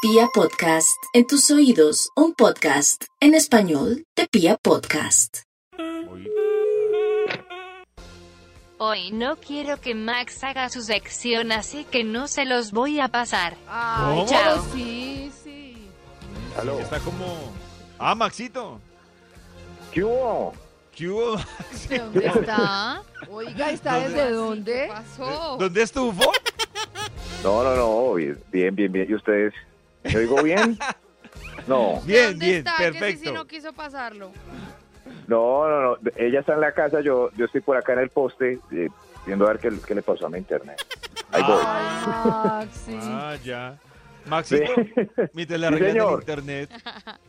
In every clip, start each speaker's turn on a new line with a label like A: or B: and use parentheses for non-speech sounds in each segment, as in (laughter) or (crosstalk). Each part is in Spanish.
A: Pia Podcast, en tus oídos, un podcast en español de Pia Podcast.
B: Hoy no quiero que Max haga su sección, así que no se los voy a pasar.
C: Ay,
D: ¿Cómo?
C: chao. Sí, sí.
E: Aló.
D: Está como. Ah, Maxito.
E: ¿Qué hubo?
D: ¿Qué hubo?
C: ¿De
D: (laughs)
C: ¿Dónde está? Oiga, ¿está
D: ¿Dónde?
C: desde dónde?
F: Oh.
D: ¿Dónde estuvo?
F: (laughs)
E: No, no, no, bien, bien, bien, bien. ¿Y ustedes? ¿Me oigo bien? No,
D: Bien,
F: ¿Dónde
D: bien,
F: está? Que sí, sí
D: perfecto.
F: no quiso pasarlo.
E: no, no, no. Ella está en la casa, yo, yo estoy por acá en el poste eh, viendo a ver qué, qué le pasó a mi internet. Ahí voy.
D: Ah,
C: Ah, sí.
D: ah, ya. Maxito,
E: Sí.
D: mientras le
E: Sí,
D: arreglan el
F: (laughs)
E: señor.
D: internet.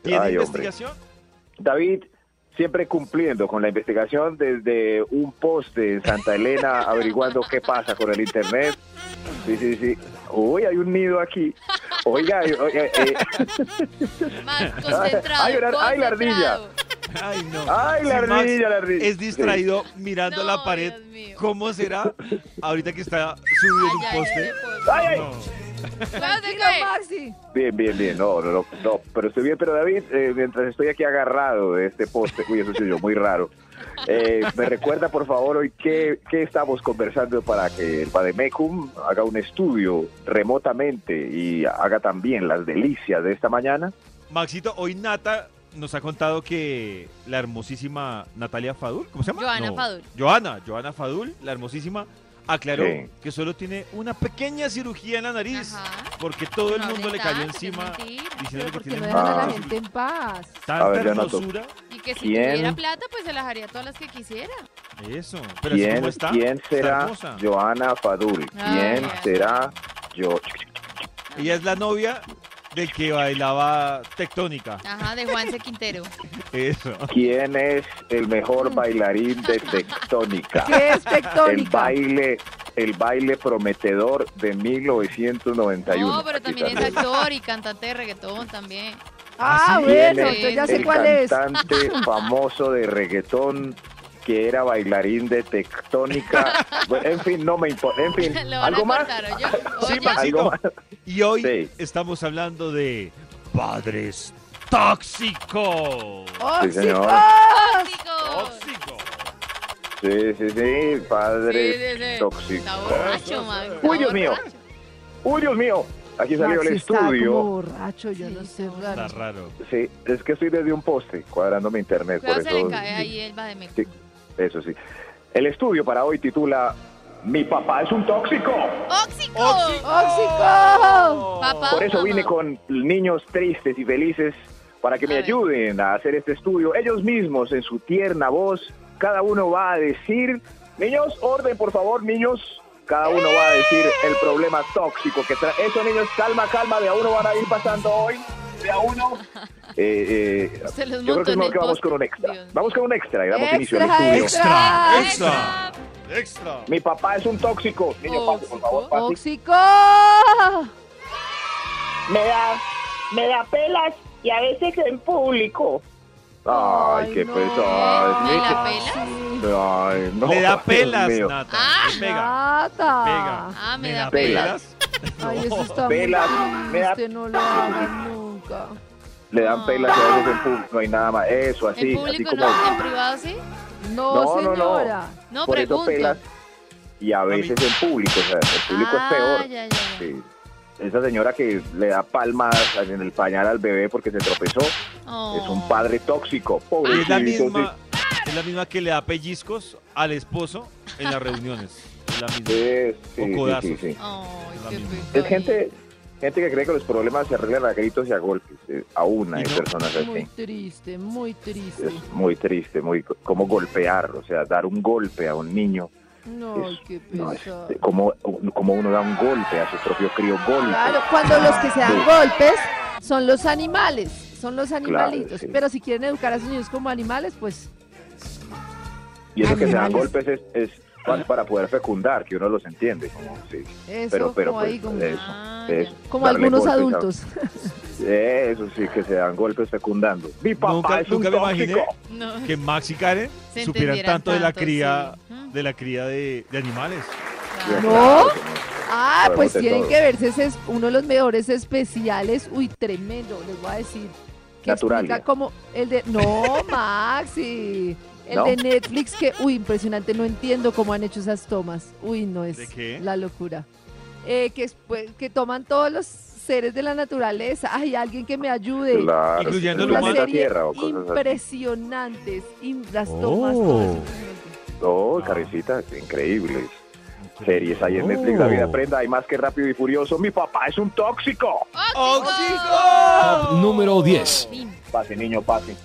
D: ¿Tiene
E: Ay, hombre.
D: investigación?
E: David, siempre cumpliendo con la investigación desde un poste en Santa Elena, averiguando qué pasa con el internet. Sí, sí, sí. Uy, hay un nido aquí. Oiga, eh, eh, eh,
F: Más concentrado.
E: Ay, la- ay, la
F: concentrado.
D: Ay, no.
E: ay, la
D: Si Max
E: ardilla, la ardilla.
D: Es distraído mirando
F: No,
D: la pared.
F: Dios mío.
D: ¿Cómo será ahorita que está subido en
F: Ay,
D: un
F: ay,
D: poste?
E: Ay, ay.
D: No.
F: Acuérdate
C: Tranquilo,
F: que-
C: Maxi.
E: Bien, bien, bien. No, no, no, no. Pero estoy bien, pero David, eh, mientras estoy aquí agarrado de este poste, uy, eso soy yo, muy raro. Eh, me recuerda, por favor, hoy qué, qué estamos conversando para que el Pademecum haga un estudio remotamente y haga también las delicias de esta mañana.
D: Maxito, hoy Nata nos ha contado que la hermosísima Natalia Fadul, ¿cómo se llama?
F: Joana Fadul.
D: Joana, Joana Fadul, la hermosísima, aclaró
E: Sí.
D: que solo tiene una pequeña cirugía en la nariz
F: Ajá.
D: porque todo el
F: No
D: mundo
F: hable
D: le cayó
F: tanto, que es
D: encima
F: mentira.
D: diciendo
C: Pero
D: que
C: porque no
D: tiene
C: dejan a
E: Ah.
C: la gente en paz.
D: tanta
E: A ver, ya noto.
D: hermosura.
F: Y que si
E: ¿Quién?
F: tuviera plata, pues se las haría todas las que quisiera.
D: Eso, pero así
E: ¿Quién,
D: como está,
E: quién
D: está
E: será
D: hermosa.
E: Joana Fadul?
F: Ay,
E: ¿Quién
F: ay.
E: será yo?
D: Ella es la novia del que bailaba tectónica.
F: Ajá, de Juanse
E: (laughs)
F: Quintero.
D: Eso.
E: ¿Quién es el
F: Mm.
E: mejor bailarín de tectónica?
C: ¿Qué es
E: (laughs) el
C: tectónica?
E: baile el baile prometedor de 1991.
F: No, pero también
E: Aquí
F: es
E: está.
F: actor y cantante de reggaetón también. (laughs)
C: Ah,
D: Así
C: bueno,
E: viene
C: entonces ya sé
E: el
C: cuál es.
E: cantante famoso de reggaetón que era bailarín de
F: (laughs)
E: tectónica. Bueno, en fin, no me importa. En fin,
F: Lo van a
E: ¿algo más?
F: cortar, ¿o yo?
D: Sí,
F: Oye,
D: Maxito.
E: ¿Algo más?
D: Y hoy
E: Sí.
D: estamos hablando de padres tóxicos.
F: Oh.
E: Sí, señor.
C: ¡Tóxicos!
F: tóxico.
D: Tóxico.
E: Sí, sí, sí, padres
F: Sí, sí, sí.
E: tóxicos.
F: Está borracho, Max. está
E: Uy, Dios mío.
F: borracho.
E: ¡Uy, Dios mío! Aquí salió
C: Maxi
E: el
C: está como
E: estudio.
C: borracho, yo no sé.
D: Está
C: raro.
D: raro.
E: Sí, es que estoy desde un poste cuadrando mi internet.
F: Cuidado,
E: por
F: se
E: eso
F: le cae ahí el Bademecum.
E: Sí. Eso sí. El estudio para hoy titula Mi papá es un tóxico.
F: ¡Óxico!
C: ¡Tóxico!
F: Papá,
E: Por eso
F: mamá.
E: vine con niños tristes y felices para que me
F: A ver.
E: ayuden a hacer este estudio. Ellos mismos en su tierna voz, cada uno va a decir, niños, orden por favor, niños. Cada uno va a decir el problema tóxico que trae. Eso niños, calma, calma, de a uno van a ir pasando hoy, de a uno. Eh, eh,
F: Se los
E: yo creo
F: montó
E: que es
F: en
E: mejor
F: el
E: que vamos
F: poste.
E: con un extra.
F: Dios.
E: Vamos con un extra y damos inicio al
C: Extra,
E: estudio.
C: extra.
D: Extra. Extra.
E: Mi papá es un tóxico. Niño, pase, por
C: oh,
E: favor, pase.
C: ¡Tóxico!
G: me da, me da pelas y a veces en público.
E: Ay, qué
C: no.
E: pesado.
F: ¿Me la
E: Ay,
F: pelas?
E: no.
D: Le da
E: Dios
D: pelas,
E: mío.
D: Nata.
F: Ah.
D: Le pega.
C: Nata.
D: Pega.
F: Ah, me
D: Le
F: da
D: da
E: pelas.
D: pelas.
C: (laughs) Ay, eso está
E: Velas,
C: muy
E: me da-
C: triste, no lo hagan nunca.
E: Le dan
F: No.
E: pelas y a veces en público. No hay nada más. Eso,
F: En
E: así, así
F: público
E: como.
F: no, en privado sí.
C: No,
E: No, no, no.
C: señora.
F: No,
E: por eso
F: pregunto.
E: pelas y a veces en público. O sea, el público
F: ah,
E: es peor.
F: Ya, ya, ya.
E: Sí. Esa señora que le da palmas en el pañal al bebé porque se tropezó
F: Oh.
E: es un padre
D: Y
E: tóxico.
D: Ah, es la
E: Pobrecito.
D: misma. Es la misma que le da pellizcos al esposo en las reuniones. Es la misma.
E: Sí, sí,
D: O
E: sí,
D: codazos.
E: sí, sí.
F: Ay,
D: La
F: qué Ah,
D: misma.
F: rico
E: Es
F: ahí.
E: gente, gente que cree que los problemas se arreglan a gritos y a golpes. eh, Aún hay
D: Y no.
E: personas así.
C: Muy triste, muy triste.
E: Es muy triste, muy como golpear, o sea, dar un golpe a un niño,
C: No,
E: es-
C: qué
E: no, es, este,
C: pesado.
E: como, como uno da un golpe a su propio crío, golpe.
C: Claro, cuando los que se dan
E: Sí.
C: golpes son los animales, son los animalitos.
E: sí.
C: Pero si quieren educar a sus niños como animales, pues
E: Y eso que se dan
C: animales.
E: golpes es, es para- para poder fecundar, que uno los entiende. Como, sí,
C: eso
E: pero, pero,
C: como
E: pues,
C: ahí, como,
E: eso,
F: Ah,
E: eso,
C: como
E: darle
C: algunos
E: golpes a-
C: adultos.
E: eso sí, que se dan golpes fecundando. Mi papá
D: Nunca-
E: es un
D: nunca me imaginé.
E: tóxico.
F: No, (laughs)
D: Que Max y Karen superan
F: Se entendieran
D: tanto de la
F: tanto,
D: cría
F: sí. Mm.
D: de la cría de, de animales.
F: claro.
C: No.
E: Claro,
C: Ah,
E: Sabemos
C: pues
E: de
C: tienen
E: todo.
C: que verse ese es uno de los mejores especiales. Uy, tremendo, les voy a decir. Que
E: Naturalia.
C: explica como el de.
E: (laughs)
C: No, Maxi. El
E: ¿No?
C: de Netflix que, uy, impresionante, no entiendo cómo han hecho esas tomas. Uy, no es
D: ¿De qué?
C: la locura. Eh, que, es- pues, que toman todos los seres de la naturaleza. Ay, alguien que me ayude.
E: Claro,
D: Incluyendo
E: el
D: lo
C: Una
D: humano.
E: planeta
C: serie
E: Tierra o cosas así.
C: impresionantes. im- las
D: Oh.
C: tomas todas impresionantes.
E: No,
D: Ah.
E: Karencita, increíbles. Series hay en Netflix, La Vida Prenda, hay más que Rápido y Furioso. Mi papá es un tóxico.
D: ¡Oxico!
H: Top número 10.
E: Pase, niño, pase.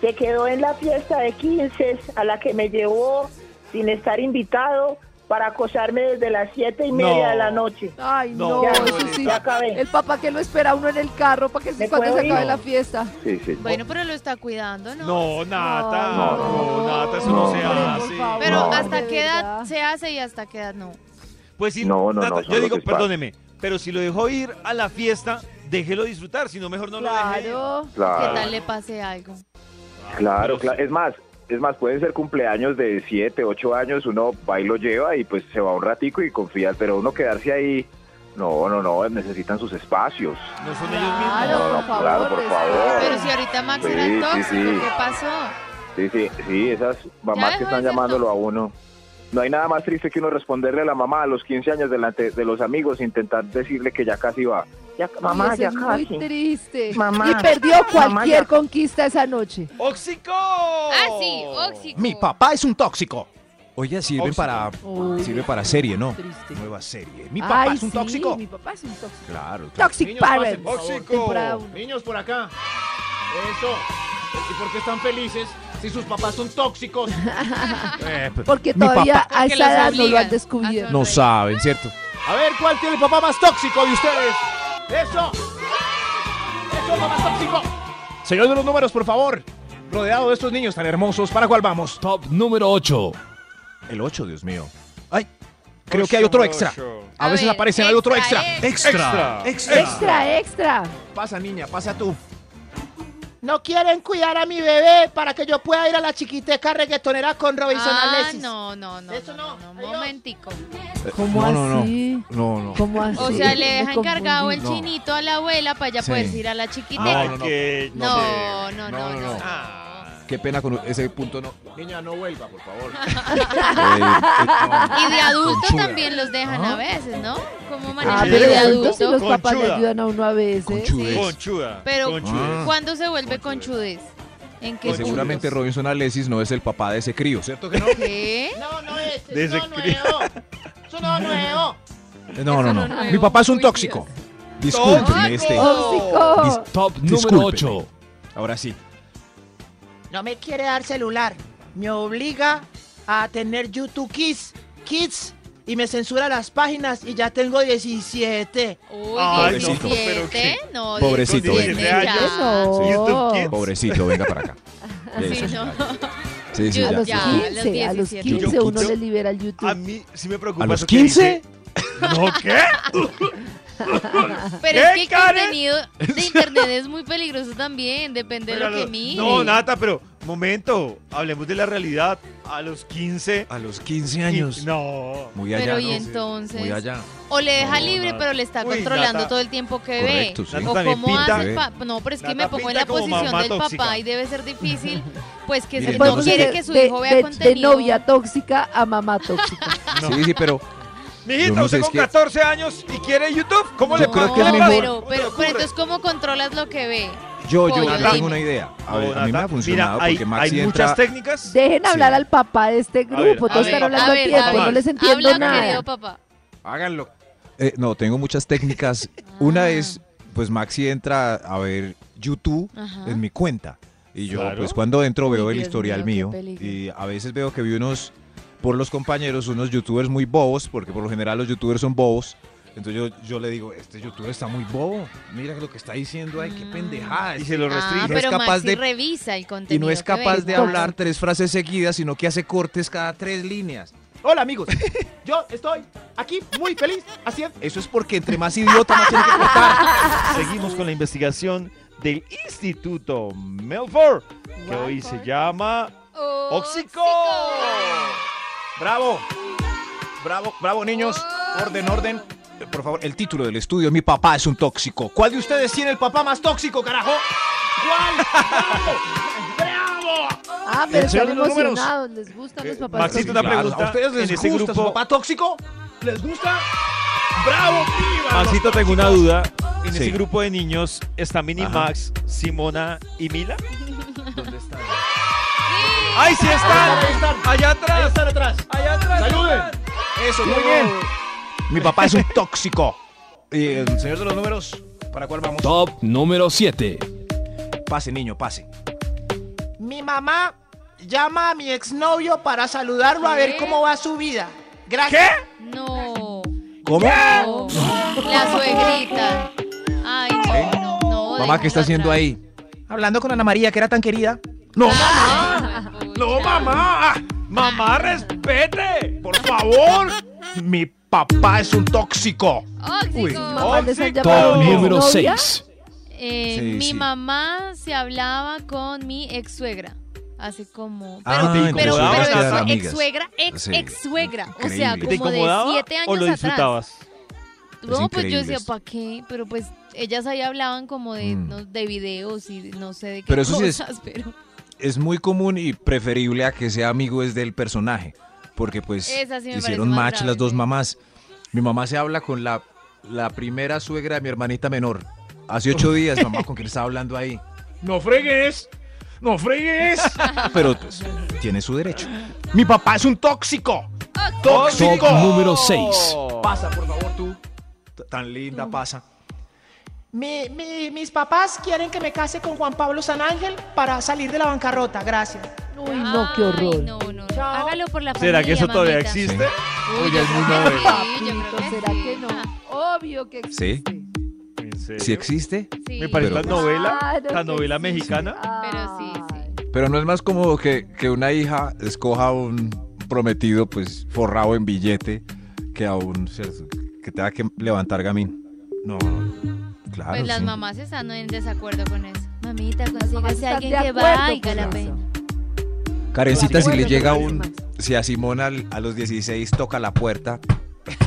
G: Se quedó en la fiesta de 15 a la que me llevó sin estar invitado para acosarme desde las siete y media
D: No.
G: de la noche.
C: Ay,
D: No,
C: no,
G: ya,
C: eso sí.
G: ya acabé.
C: El papá que lo espera a uno en el carro para que
G: ¿Me
C: cuando se
G: puedo
C: acabe
G: ir?
C: la fiesta.
E: Sí, sí.
F: Bueno, pero lo está cuidando, ¿no?
D: No, Nata,
E: No,
D: no, Nata, eso no,
E: no,
D: se
E: hombre, por
D: hace.
C: favor.
F: Pero
E: No.
F: hasta
C: De
F: qué edad
C: verdad.
F: se hace y hasta qué edad no.
D: Pues sí,
E: No, no,
D: Nata,
E: no, son
D: yo
E: los
D: digo,
E: espacios.
D: perdóneme, pero si lo dejó ir a la fiesta, déjelo disfrutar, si no mejor no lo deje.
C: Claro.
E: Claro,
F: ¿Qué tal le pase algo?
E: claro, claro. Es más, es más, pueden ser cumpleaños de 7, 8 años, uno va y lo lleva y pues se va un ratico y confía, pero uno quedarse ahí, no, no, no, necesitan sus espacios.
D: No son ellos
C: Claro,
E: No,
D: mismos.
E: no,
C: por favor.
E: claro, por favor.
F: Pero si ahorita Max
E: Sí,
F: era
E: sí,
F: tóxico,
E: sí.
F: ¿qué pasó?
E: Sí, sí, sí, esas
F: Ya
E: mamás
F: dejó
E: que
F: de
E: están
F: ser
E: llamándolo a uno. No hay nada más triste que uno responderle a la mamá a los 15 años delante de los amigos, intentar decirle que ya casi va.
G: Ya,
C: Uy,
G: mamá,
C: eso
G: ya
C: es muy
G: casi.
C: triste.
G: Mamá.
C: Y perdió
G: Mamá,
C: cualquier
G: ya.
C: conquista esa noche.
D: ¡Óxico!
B: Ah, sí, óxico.
I: Mi papá es un tóxico. Oye, sirve
D: Tóxico.
I: para
C: Uy,
I: sirve para serie, ¿no?
C: triste.
I: Nueva serie. Mi papá
C: Ay,
I: es un
C: sí,
I: tóxico.
C: Mi papá es un tóxico.
I: Claro, claro.
C: Toxic
J: Niños,
C: Parents.
J: pasen, tóxico.
C: Temporada uno.
J: Niños por acá. Eso. ¿Y por qué están felices si sus papás
F: (laughs)
J: son tóxicos?
D: Eh, pues,
C: Porque
I: Mi
C: todavía
I: papá.
C: a
F: Porque
C: esa
F: los
C: edad no lo
F: obligan
C: han
F: a
C: descubierto.
F: son-
I: No saben, ¿cierto?
J: A ver, ¿cuál tiene el papá más tóxico de ustedes? Eso. Eso, papá tóxico. Señor de los números, por favor. Rodeado de estos niños tan hermosos, ¿para cuál vamos?
H: Top número 8.
I: El 8, Dios mío. Ay, creo que hay otro extra. A,
F: A
I: veces
F: ver,
I: aparecen, hay otro extra.
F: extra,
D: Extra.
I: Extra.
C: Extra, extra.
J: Pasa, niña, pasa tú. No quieren cuidar a mi bebé para que yo pueda ir a la chiquiteca reggaetonera con Robinson
F: Ah,
J: Alexis.
F: no, no, no.
J: Eso no,
F: Un
J: adiós.
F: momentico.
C: ¿Cómo
I: no, no, no.
C: así?
I: No, no.
C: ¿Cómo así?
F: O sea, le
C: Me
F: deja encargado el
C: confundí.
F: chinito a la abuela para ella
I: Sí.
F: poder ir a la
D: No,
F: chiquiteca.
D: no, que Ah, no. Ah,
F: No, no, no,
I: No,
F: no.
I: no, no. Qué pena con ese
F: (laughs)
I: punto no. Eh,
J: Niña, no vuelva, por favor.
F: Y de adulto
I: Conchuda.
F: también los dejan a veces, ¿no? ¿Cómo
C: Ah,
F: manejan
D: Sí,
C: pero
F: de
C: de
F: adulto?
C: adultos los papás le
D: Conchuda.
C: ayudan a uno a veces.
I: Conchudez.
D: Conchuda.
F: Pero-
D: conchuda.
F: ¿Cuándo se vuelve conchudez? ¿En qué
I: Que Pues seguramente
F: puntos?
I: Robinson Alexis no es el papá de ese crío, ¿cierto que no?
F: ¿Qué?
J: No, no es. Eso
D: Desde
J: no
D: que-
J: nuevo. Eso no nuevo.
I: Eh, No, no, no. Mi papá es un tóxico. Discúlpenme este.
C: Tóxico.
I: dis- Top número
H: Discúlpeme.
I: 8. Ahora sí.
J: No me quiere dar celular. Me obliga a tener YouTube Kids. Kids. Y me censura las páginas y ya tengo 17.
F: Uy,
D: Ay,
I: no, pero
F: 17. No,
I: Pobrecito,
F: 17
C: ¿eh?
D: venga.
F: ya.
C: Eso.
D: Sí. (laughs) YouTube Kids.
I: Pobrecito, venga para acá.
F: (laughs) Sí,
I: Eso,
F: no.
I: Sí, sí,
F: Yo
C: A los
F: Ya,
I: ya.
F: a los
C: 15, a los
F: 17.
C: 15
D: Yo- Ah,
C: uno
D: yo-
C: le libera el YouTube.
D: A mí sí me preocupa.
I: ¿A los
D: eso que dice- (laughs)
I: 15?
D: ¿No qué?
F: Pero es que
D: ¿Qué,
F: el
D: Karen?
F: contenido de internet es muy peligroso también, depende de
D: Pero a
F: lo que
D: los-
F: mires.
D: no, Nata, pero momento, hablemos de la realidad. A los 15
I: A los 15 años.
D: No.
I: Muy allá.
F: Pero y
I: ¿no?
F: entonces, (laughs)
I: Muy allá.
F: o le deja
D: No,
F: libre,
D: Nata.
F: pero le está
D: Uy,
F: controlando
D: Nata.
F: todo el tiempo que
I: Correcto,
F: ve.
I: sí.
F: O
D: Nata también
F: cómo
D: pinta.
F: hace, el pa- no, pero es que
D: Nata
F: me pongo en la
D: pinta como
F: posición
D: mamá
F: del
D: tóxica.
F: papá y debe ser difícil, pues que se-
I: Miren,
F: no
I: entonces-
F: quiere
C: de-
F: que su
C: de-
F: hijo vea
C: de-
F: contenido.
C: De novia tóxica a
F: (laughs)
C: mamá tóxica.
D: No.
I: Sí, sí, pero
D: Mijito,
I: Yo no
D: usted
I: sé, es
D: con
I: que-
D: 14 años y quiere YouTube. ¿Cómo
I: Yo
D: le
I: creo
F: no,
I: que es
F: pero,
I: mejor.
F: pero, pero entonces, ¿cómo controlas lo que ve?
I: yo, yo,
F: Pollo,
I: yo
F: dime.
I: tengo una idea. A,
D: No,
I: ver, a mí me
D: Nata,
I: ha funcionado
D: mira, hay,
I: porque Maxi
D: hay
I: entra.
D: muchas técnicas.
C: Dejen
I: Sí.
C: hablar al papá de este
D: ver,
C: grupo.
D: a
C: Todos
F: ver,
C: están hablando
F: a
C: al
F: ver,
C: tiempo,
D: papá.
C: no les entiendo
F: Habla,
C: nada.
F: querido papá.
I: Háganlo. Eh, no, tengo
F: (laughs)
I: muchas técnicas.
F: Ah.
I: Una es, pues Maxi entra a ver YouTube
F: Ajá.
I: en mi cuenta. Y yo,
D: Claro.
I: pues cuando entro veo
F: Uy,
I: el
F: Dios
I: historial
F: mío,
I: mío.
F: qué peligro.
I: Y a veces veo que vi unos, por los compañeros, unos youtubers muy bobos, porque por lo general los youtubers son bobos. Entonces yo, yo le digo, este youtuber está muy bobo. Mira lo que está diciendo, ay, qué pendejada.
D: Y se lo
F: Ah,
D: restringe.
I: es
F: pero
I: capaz
F: Maxi
I: de-
F: revisa el contenido.
I: Y no es
F: que ve.
I: capaz de
C: Tóxico.
I: hablar tres frases seguidas, sino que hace cortes cada tres líneas.
F: (laughs)
J: Hola, amigos. Yo estoy aquí muy feliz haciendo.
I: Eso es porque entre más idiota más tiene que cortar.
F: Ah,
D: Seguimos con la investigación del Instituto Melford, que hoy se llama Oxico.
F: Óxico.
I: Bravo. Bravo, bravo niños. Orden, orden. por favor, el título del estudio, Mi papá es un tóxico. ¿Cuál de ustedes tiene el papá más tóxico, carajo?
C: Ah, pero
D: Señor
C: están
D: de los números.
C: emocionados, les gustan los papás.
D: Maxito,
C: tóxicos.
D: una
I: Claro,
D: pregunta.
I: ¿A ustedes les
D: en ese
I: gusta su
D: grupo-
I: papá tóxico? ¿Les gusta? ¡Bravo, viva!
D: Maxito, tengo una duda. En
I: Sí.
D: ese grupo de niños está
I: Ajá.
D: Minimax, Simona y Mila. ¿Dónde están? ¡Ay, sí están! ¡Allá atrás!
J: Ahí están atrás.
D: ¡Allá atrás!
J: ¡Saluden!
D: están!
I: Eso, muy bien. Mi papá es un tóxico. Y el señor de los números, ¿para cuál vamos?
H: Top número 7.
I: Pase, niño, pase.
J: Mi mamá llama a mi exnovio para saludarlo a ver cómo va su vida. Gracias.
F: No.
I: ¿Cómo?
F: no. La suegrita. Ay, no. no
I: Mamá, ¿qué está haciendo ahí?
J: Hablando con Ana María, que era tan querida.
I: ¡No,
F: Ah, No,
I: mamá!
D: Ah,
I: ¡Mamá, respete! ¡Por favor! Mi papá es un tóxico. Uy,
C: Mamás les han
D: Tóxico.
C: llamado
H: Top
D: Pero-
H: número
C: novia.
H: 6.
F: Eh,
I: Sí,
F: mi
I: sí.
F: mamá se hablaba con mi ex suegra. Hace como.
I: Ah,
F: Pero,
I: ¿te
F: pero,
D: incomodabas?
F: pero
D: Te
F: es
D: eran
F: ex
I: amigas.
F: suegra, ex
I: Sí,
F: ex suegra. O
I: increíble.
F: sea,
I: ¿Te
D: ¿Te
F: como de
D: incomodaba
F: siete años
D: o lo
F: atrás.
D: disfrutabas?
F: No,
I: Es
F: pues yo
I: increíble
F: decía,
I: esto.
F: ¿para qué? Pero pues ellas ahí hablaban como de,
I: Mm.
F: no, de videos y no sé de qué
I: Pero eso sí
F: cosas, (laughs)
I: es-
F: pero
I: Es muy común y preferible a que sea amigo es del personaje. Porque pues
F: Esa sí me
I: hicieron
F: parece más
I: match
F: grave,
I: las dos
F: sí.
I: mamás. Mi mamá se habla con la, la primera suegra de mi hermanita menor. Hace ocho días, mamá, ¿con quién estaba hablando ahí? (laughs) ¡No fregues! ¡No fregues! (laughs) Pero pues, tiene su derecho. ¡Mi papá es un tóxico!
H: Top número 6.
I: Oh, Pasa, por favor, tú. T- Tan linda, pasa.
J: Mi- mi- mis papás quieren que me case con Juan Pablo San Ángel para salir de la bancarrota. Gracias.
C: Uy, no, qué
F: Ay,
C: horror.
F: no, no, no.
J: Chao.
F: Hágalo por la familia.
D: ¿Será que eso todavía
F: mamita.
D: existe?
F: Uy,
D: ya
F: yo
D: es muy
F: creo que sí, yo creo
C: Papito,
F: que
C: ¿será
F: sí. Ah,
C: que no?
F: (laughs)
C: Obvio que existe.
D: ¿En serio?
I: Si existe,
F: Sí.
D: Me parece
I: Pero-
D: tan novela,
C: Claro
D: tan
C: que
D: novela
C: sí. Ah.
D: mexicana.
F: Pero sí,
C: Ay,
F: sí.
I: pero no es más cómodo que, que una hija escoja un prometido, pues, forrado en billete, que a un ¿cierto? que tenga que levantar gamín. No, claro.
F: Pues las
I: sí.
F: mamás están en desacuerdo con eso. Mamita,
C: mamás
F: consígase a
C: están
F: alguien
C: de
F: que
C: acuerdo
F: valga
C: con
F: la
C: eso.
F: pena.
I: Karencita, si
C: pues. Bueno,
I: le
C: yo
I: llega
C: creo que
I: un.
C: sí, Max.
I: Si a Simón al- a los 16 toca la puerta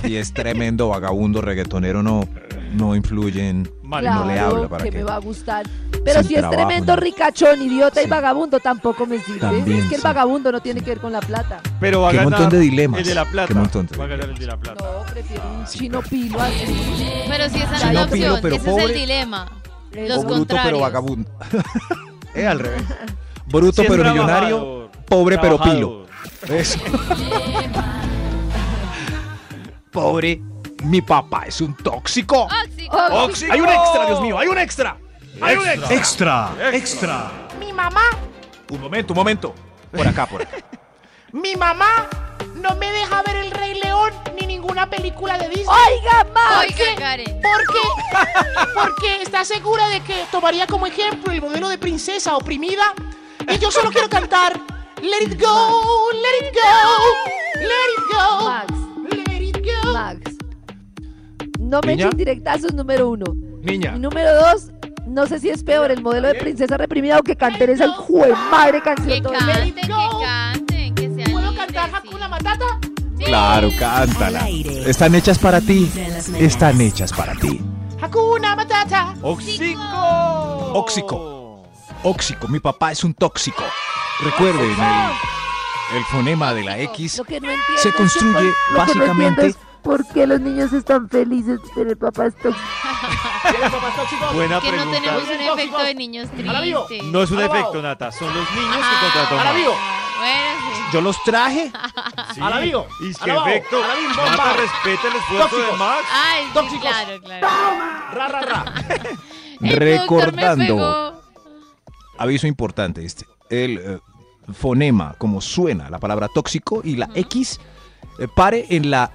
I: y es tremendo vagabundo reggaetonero, no, no influye en.
D: Mal.
I: no le
C: Claro,
I: habla, ¿para
C: que
I: qué?
C: me va a gustar. Pero
I: Sin
C: si es
I: trabajo,
C: tremendo
I: ¿no?
C: ricachón, idiota y
I: Sí.
C: vagabundo, tampoco me sirve.
I: También,
C: es que el
I: sí.
C: vagabundo no tiene
I: Sí.
C: que ver con la plata.
D: Pero va a
I: Qué
D: ganar
I: montón de dilemas.
D: el de la plata.
I: Qué montón de
D: Va a ganar el de la plata.
C: No, prefiero un chino pilo así.
F: Pero si esa no es
C: Si no
F: la opción,
I: pilo,
F: ese
I: pero
F: es el
I: pobre.
F: dilema.
C: Eso.
F: Los
I: O bruto pero
F: contrarios.
I: (laughs) vagabundo. eh, al revés. Bruto
D: Si es
I: pero
D: trabajador,
I: millonario, pobre pero pilo.
D: trabajador.
I: Eso. (laughs) Pobre, mi papá es un tóxico.
F: Tóxico.
D: Tóxico.
I: Hay un extra, Dios mío, hay un extra. Hay un extra.
H: Extra, extra.
J: Mi mamá,
I: Un momento, un momento. Por acá, por acá.
J: (laughs) mi mamá no me deja ver El Rey León ni ninguna película de Disney.
C: Oiga, Max.
F: Oiga, Karen.
J: ¿Por qué? Porque está segura de que tomaría como ejemplo el modelo de princesa oprimida. Y yo solo quiero cantar Let it go, let it go,
C: Oh,
J: let
C: Max,
J: it go, let it go.
C: Max. No me
I: Niña.
C: echen directazos, número uno.
I: Niña.
C: Y número dos, no sé si es peor el modelo de princesa reprimida o que canten esa hijo de madre
F: Que
C: canción. todo el día.
F: canten, que canten, que sean
J: ¿Puedo
F: libres,
J: cantar
F: sí.
J: Hakuna Matata?
I: Claro,
A: Al
I: cántala.
A: aire.
I: Están hechas para ti.
A: Vibra en las mañanas.
I: Están hechas para ti.
J: Hakuna Matata.
D: Óxico.
I: Óxico. Óxico, mi papá es un tóxico. Recuerden el, el fonema de la X.
C: Lo que no entiendo
I: Se
C: es que
I: construye
C: por- lo que no
I: básicamente-
C: entiendo es ¿Por qué los niños están felices pero el papá es tóxico?
D: Buena
F: Que no
D: pregunta.
F: tenemos un efecto de niños
J: vivo.
F: tristes.
D: No es un
J: Alabao.
D: efecto, Nata. Son los niños
F: Ah,
D: que contrató.
J: Ahora
D: Max.
J: vivo.
F: Bueno,
I: Yo los traje.
D: Sí.
J: Alabío,
D: Y es que
J: alabao,
D: efecto.
J: alabín, bomba.
D: Nata respeta el esfuerzo de
J: Tóxicos.
F: sí.
D: Max.
F: Ay, sí,
J: Tóxicos.
F: claro, claro.
J: Ra, ra, ra.
F: El productor me
I: Recordando.
F: pegó.
I: Aviso importante este. El eh, fonema, como suena la palabra tóxico y la X, eh, pare en la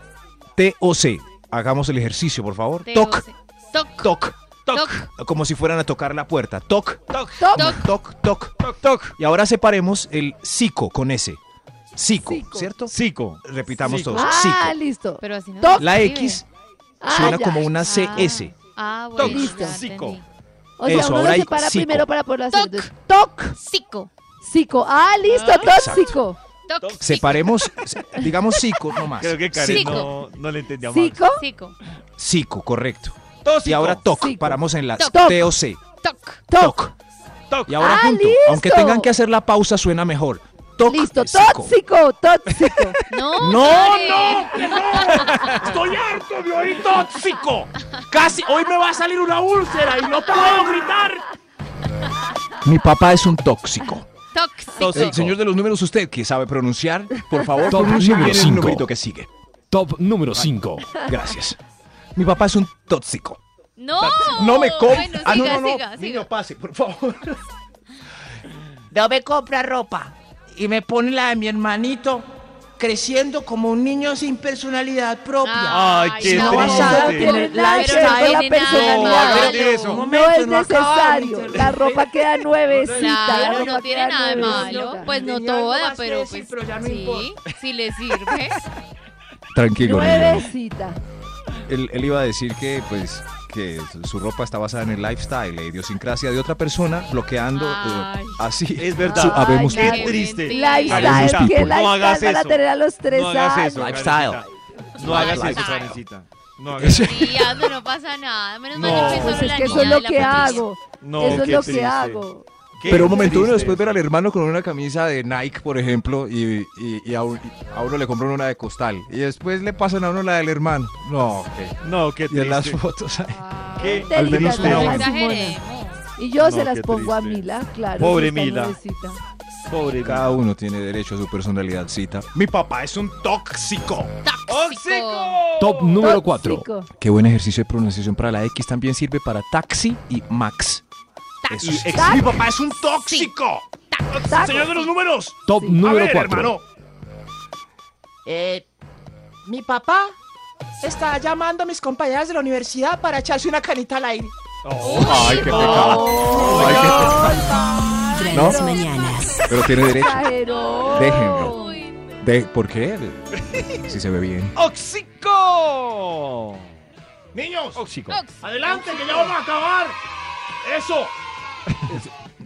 I: TOC. Hagamos el ejercicio, por favor.
F: Te
I: Toc,
F: goce. Toc.
I: toc,
F: Toc.
I: toc. Como si fueran a tocar la puerta. Toc,
D: Toc,
C: Toc.
I: toc, toc, toc.
D: toc, toc.
I: Y ahora separemos el psico con S. Psico,
C: Psico.
I: ¿cierto?
D: Psico.
I: Repitamos
D: Psico.
I: todos.
C: Ah,
I: Psico.
C: listo.
F: Pero así no
C: Toc.
F: se
I: La
F: escribe.
I: X
C: Ah,
I: suena
C: ya.
I: como una
F: Ah.
I: CS.
F: Ah, bueno.
C: Listo.
F: ya
D: Tóxico.
F: entendí.
C: O sea,
I: Eso,
C: uno
I: ahora
C: lo
I: hay
C: separa
I: psico.
C: primero para poder hacer
F: Toc.
C: toc,
F: Psico.
C: psico. Ah, listo, tóxico. (laughs)
I: Separemos, se- digamos psico
C: Ah,
I: nomás.
D: Creo que Karen
F: Psico.
D: no, no le entendía mal.
C: ¿Cico?
F: Psico.
I: Psico, correcto.
D: Tóxico.
I: Y ahora toc,
C: Psico.
I: paramos en la
F: Toc.
I: TOC.
F: Toc.
I: Toc.
D: Toc.
I: Y ahora
C: Ah,
I: junto,
C: listo.
I: aunque tengan que hacer la pausa, suena mejor. Toc,
C: Listo,
I: psico.
C: tóxico,
F: (laughs)
C: tóxico.
F: No,
I: No,
F: Karen.
J: ¡Que no! ¡Estoy harto de oír tóxico! Casi, hoy me va a salir una úlcera y no puedo gritar.
I: Mi papá es un tóxico.
F: Tóxico.
D: Tóxico.
I: El señor de los números, usted que sabe pronunciar, por favor,
H: Top
I: pronuncie bien
H: número
I: el
H: cinco.
I: numerito que sigue.
H: Top número 5.
I: Gracias. (laughs) Mi papá es un tóxico.
F: No.
I: No me compra.
F: Bueno,
I: ah, no,
F: siga,
I: no, no.
F: siga, siga.
I: Niño, pase, por favor. (laughs)
J: No me compra ropa y me pone la de mi hermanito creciendo como un niño sin personalidad propia.
D: Ay,
F: Ay,
D: qué
J: no,
D: triste.
J: basada
C: No tiene nada que ver
J: Lifestyle,
C: con la
F: tiene nada de
D: malo.
C: personalidad.
D: Pero eso.
C: No es
J: acabamos.
C: necesario. La ropa
F: (laughs)
C: queda nuevecita. la
F: Claro, no
C: ropa
F: tiene
C: queda
F: nada de
C: nuevecita.
F: malo. Pues no
J: Tenía algo
F: toda,
J: más que
F: pero pues
J: decir, pero ya no
F: sí,
J: importa.
F: si le
J: (laughs)
F: sirve.
I: Tranquilo, niño.
C: Nuevecita.
I: Él, él iba a decir que, pues, que su- su ropa está basada en el lifestyle, la idiosincrasia de otra persona, bloqueando eh,
F: Ay.
I: así.
D: Es verdad.
I: su habemos
C: Ay,
D: Qué
I: people.
D: triste.
F: Sí.
C: Lifestyle,
I: Karencita,
C: que
I: no
C: lifestyle
D: hagas
C: van a
D: eso.
C: tener a los tres
D: No hagas
C: años.
D: eso.
I: Lifestyle.
D: Karencita. No hagas eso,
F: Lifestyle.
D: Karencita. No hagas eso.
F: Sí, Ando, no pasa nada. Menos
D: No.
F: mal que fui
C: Pues
F: solo
C: es
F: la niña
C: que eso es
F: de
C: lo
F: la
C: que
F: protesta.
C: hago.
D: No,
C: eso es
D: qué
C: lo
D: triste.
C: que hago.
D: Qué
I: Pero un momento, uno
D: triste
I: después ver
D: eso.
I: al hermano con una camisa de Nike, por ejemplo, y, y- y a, un- a uno le compran una de costal. Y después le pasan a uno la del hermano. No, ok.
D: No, qué
I: Y en las
D: triste.
I: fotos ahí.
D: Qué
C: Te
I: Al menos
C: digo,
I: una
F: No
I: Ay,
C: Simona.
F: exageremos.
C: Y yo
D: No,
C: se las
D: qué
C: pongo a
D: triste.
C: Mila, claro.
D: Pobre
C: eso está
D: Mila.
C: nuevecita.
D: Pobre
I: Cada uno tiene derecho a su personalidad. Mi papá es un tóxico.
F: Tóxico.
H: Top número 4.
C: Tóxico.
I: Qué buen ejercicio de pronunciación para la X. También sirve para taxi y max. Eso sí.
J: Mi papá es un tóxico.
C: Taco.
J: Señor de los números.
H: Top
C: Sí.
J: A
H: número
J: ver,
H: 4.
J: hermano. Eh, mi papá está llamando a mis compañeras de la universidad para echarse una canita al aire.
I: Ay, qué pecado. Ay, qué pecado.
A: Grandes mañanas.
I: Pero tiene derecho.
C: Exageró.
I: Déjenlo. De, ¿Por qué? Si se ve bien.
D: ¡Óxico!
J: Niños,
D: Óxico.
J: adelante, que ya vamos a acabar. Eso.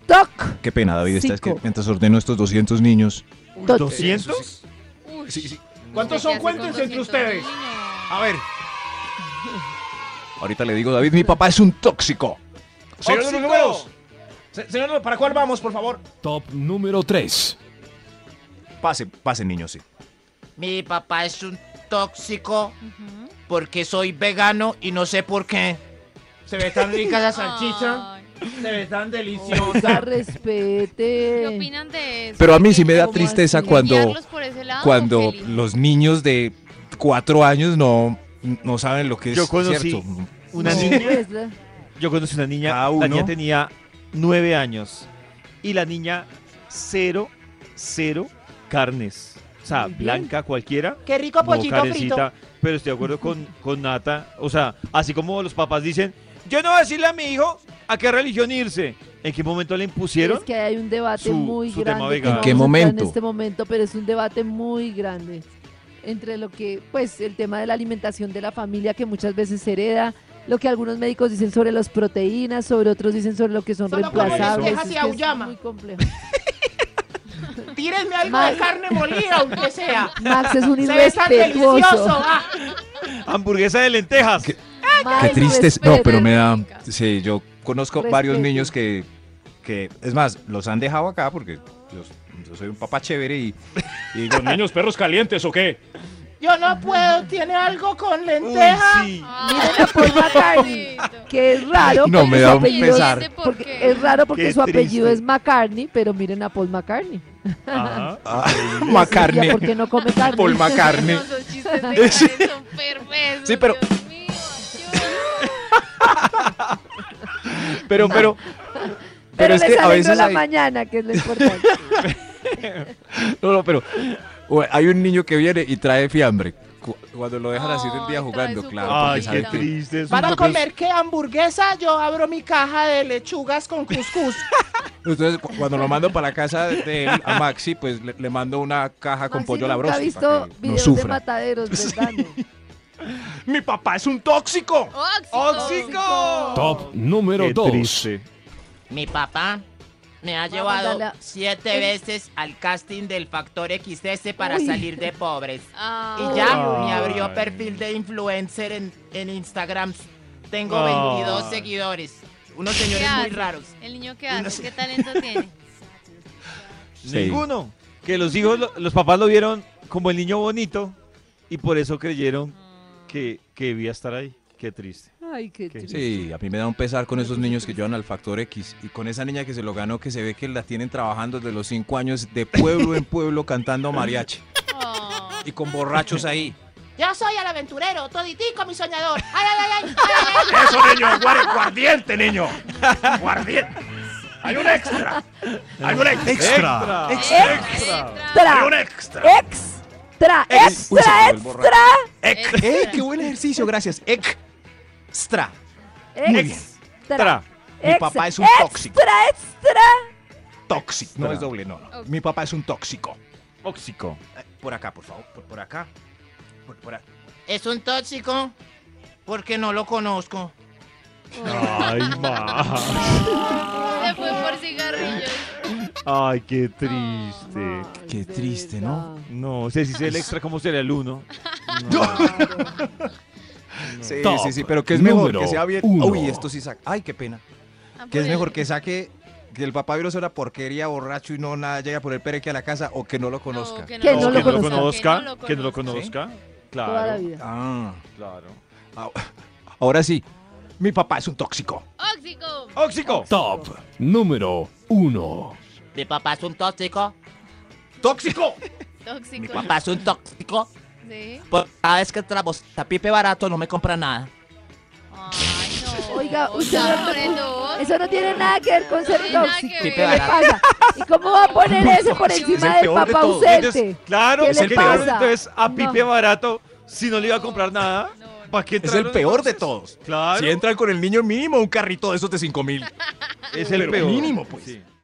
C: Toc.
I: Qué pena, David. Esta es que
C: Cinco.
I: mientras ordeno estos 200 niños.
C: Toc.
D: ¿200?
J: ¿Cuántos son? Cuéntense entre ustedes. A ver.
I: Ahorita le digo, David, mi papá es un tóxico.
J: Señor de los
D: Óxico.
J: números. Se- señor, de los- ¿para cuál vamos, por favor?
H: Top número 3.
I: Pase, pase, niños, sí.
J: Mi papá es un tóxico porque soy vegano y no sé por qué. Se ve tan rica la salchicha,
F: Ay,
J: se ve tan
C: La
J: deliciosa.
F: ¿Qué
C: respete.
F: opinan de eso?
I: Pero a mí sí me da
C: ¿Cómo
I: tristeza
C: así?
I: cuando,
F: ¿Guiarlos por ese
J: Ah,
F: lado o
I: cuando
F: feliz?
I: los niños de cuatro años no, no saben lo que es
D: Yo conocí
I: cierto.
D: Una
C: No,
D: niña.
C: pues, la-
D: Yo conocí una niña,
I: Cada uno.
D: la niña tenía nueve años y la niña cero, cero carnes. O sea,
C: Muy bien.
D: blanca cualquiera.
J: Qué rico
D: No,
J: pollito frito.
D: Karencita, pero estoy de acuerdo con, con Nata. O sea, así como los papás dicen, yo no voy a decirle a mi hijo a qué religión irse. ¿En qué momento le impusieron?
C: Es que hay un debate
D: su-
C: muy
D: su tema
C: grande. que
D: vegano.
C: no
I: ¿En qué
C: vamos a entrar
I: momento?
C: En este momento, pero es un debate muy grande entre lo que, pues, el tema de la alimentación de la familia que muchas veces se hereda, lo que algunos médicos dicen sobre las proteínas, sobre otros dicen sobre lo que son
J: Solo como
C: reemplazables.
J: lentejas
C: es
J: y
C: que es
J: auyama.
C: muy complejo.
J: Tírenme algo
C: Mal.
J: de carne molida, aunque sea.
C: Max es un
J: Se ve tan delicioso.
C: irrespetuoso.
J: ah.
D: Hamburguesa de lentejas.
I: ¿Qué?
C: Max
I: Qué
C: es
I: tristes. No, pero me da.
F: Respeto.
I: Sí, yo conozco varios
C: Respeto.
I: niños que, (laughs) que. Es más, los han dejado acá porque yo, yo soy un papá chévere y. y digo, niños,
H: perros calientes o qué?
J: Yo no puedo, tiene algo con
D: Uy,
J: lenteja.
D: sí.
F: Ay,
C: Paul
I: (laughs)
C: McCartney.
F: pobrecito.
C: Que es raro.
I: No,
C: porque
I: me
C: su
I: da un
C: apellido-
I: pesar.
F: ¿Por
C: Porque
F: qué?
C: es raro porque
D: Qué
C: su apellido
D: triste.
C: es McCartney, pero miren a Paul
I: (laughs)
C: McCartney.
D: Ajá.
I: macarne.
C: ¿Por qué no come carne?
I: (laughs) Paul
C: (laughs)
I: McCartney.
F: No, esos chistes de Karen son perversos,
I: Sí, pero-
F: Dios mío, ayuda.
I: Pero, pero.
C: pero es que a veces la
I: hay-
C: mañana, que es lo
I: (laughs)
C: importante.
I: No, no, pero. o Hay un niño que viene y trae fiambre. Cu- Cuando lo dejan así del
C: Ah,
I: día
F: Ay, trae
I: jugando,
F: su
I: claro. porque
D: Ay, qué
I: sabe que-
D: triste. es un
J: Para
D: poco-
J: comer que hamburguesa, yo abro mi caja de lechugas con cuscús.
I: Entonces, cu- cuando lo mando para la casa de él, a Maxi, pues le, le mando una caja con
C: Maxi
I: pollo a la
C: nunca
I: brosta.
C: ha
I: para
C: visto
I: que no
C: videos de
I: sufra. (laughs)
C: mataderos, ¿verdad?
J: Mi papá es un tóxico.
F: Óxico.
D: ¡Óxico!
H: Top número
D: Qué
H: 2.
D: triste.
J: Mi papá
K: Me ha
C: Voy a
K: llevado
C: mandarle a-
K: siete
C: el-
K: veces al casting del Factor XS para
C: Uy.
K: salir de pobres.
F: Ah.
K: Y ya
F: Ay.
K: me abrió perfil de influencer en, en Instagram. Tengo
C: Ah.
F: Ay.
K: 22
D: Ah.
K: seguidores. Unos
F: ¿Qué
K: señores muy
F: hace?
K: raros.
F: ¿El niño qué hace? ¿Qué talento tiene?
C: (laughs)
D: Ninguno. Que los hijos, lo- los papás lo vieron como el niño bonito y por eso creyeron que, que debía estar ahí. Qué triste.
C: Ay, qué
D: ¿Qué?
C: triste.
I: Sí, a mí me da un pesar con esos niños que llevan al Factor X y con esa niña que se lo ganó, que se ve que la tienen trabajando desde los cinco años de pueblo en pueblo cantando mariachi.
F: Oh,
I: Y con borrachos ahí.
J: Yo soy el aventurero, toditico mi soñador. Ay, ay, ay, ay, ay, ay, ay.
L: Eso, niño, guar- guardiente, niño. Guardiente. Hay un extra. Hay un extra.
C: Extra.
L: Extra. Hay un extra.
C: Extra,
I: Ex- Uy, se
C: extra,
I: me volvió borracho.
C: extra.
I: Ex- ¡Eh, qué buen ejercicio! Gracias. Extra. Muy bien.
C: Extra.
I: Mi papá es un
C: extra,
I: tóxico.
C: Extra, extra.
I: Tóxico. No es doble, no. no.
C: Ok.
I: Mi papá es un tóxico.
D: Tóxico.
I: Eh, Por acá, por favor. Por, por acá. Por, por acá.
K: Es un tóxico porque no lo conozco.
D: Ay, ma.
F: Se fue por cigarrillos.
D: Ay, qué triste.
I: Qué triste, ¿no?
C: (laughs)
D: No, o sea, si es el extra, ¿cómo será el
I: (laughs)
D: uno?
I: Sí,
D: Top
I: sí, sí, pero que es mejor
D: número
I: que sea bien.
D: uno.
I: Uy, esto sí saca. Ay, qué pena. Que es mejor que saque que el papá virus una porquería, borracho y no nada, llega por el pereque a la casa o que no lo conozca.
D: que no Que lo no lo conozca. conozca, que no lo conozca, claro. Toda la vida.
I: Ah.
D: Claro.
I: Ah, Ahora sí, mi papá es un tóxico.
F: ¡Óxico!
D: ¡Óxico!
H: Top número uno.
K: Mi papá es un tóxico.
L: ¡Tóxico!
F: Tóxico.
K: Mi papá es un tóxico.
F: Sí.
K: Porque cada vez que trabos tapipe barato no me compra nada.
C: Oiga, usted
F: ya,
C: no-
F: sobre todo.
C: eso no tiene nada que ver con ser
F: tiene nada que
C: tóxico.
F: ver.
C: ¿Qué le pasa? ¿Y cómo va a
F: (laughs)
C: poner eso por
D: Es
C: encima
D: el
C: del
D: peor de
C: papá
D: todos.
C: ausente?
D: Entonces, claro,
C: ¿Qué
D: es
C: le
D: que llegaron
C: pasa?
D: entonces a
C: No.
D: Pipe Barato, si no le iba a comprar nada, ¿para qué
I: Es el
D: entraron
I: peor de
D: entonces?
I: todos.
D: Claro.
I: Si entran con el niño mínimo un carrito de esos de 5 mil.
D: Es el
I: Pero
D: peor.
I: mínimo, pues.
D: Sí.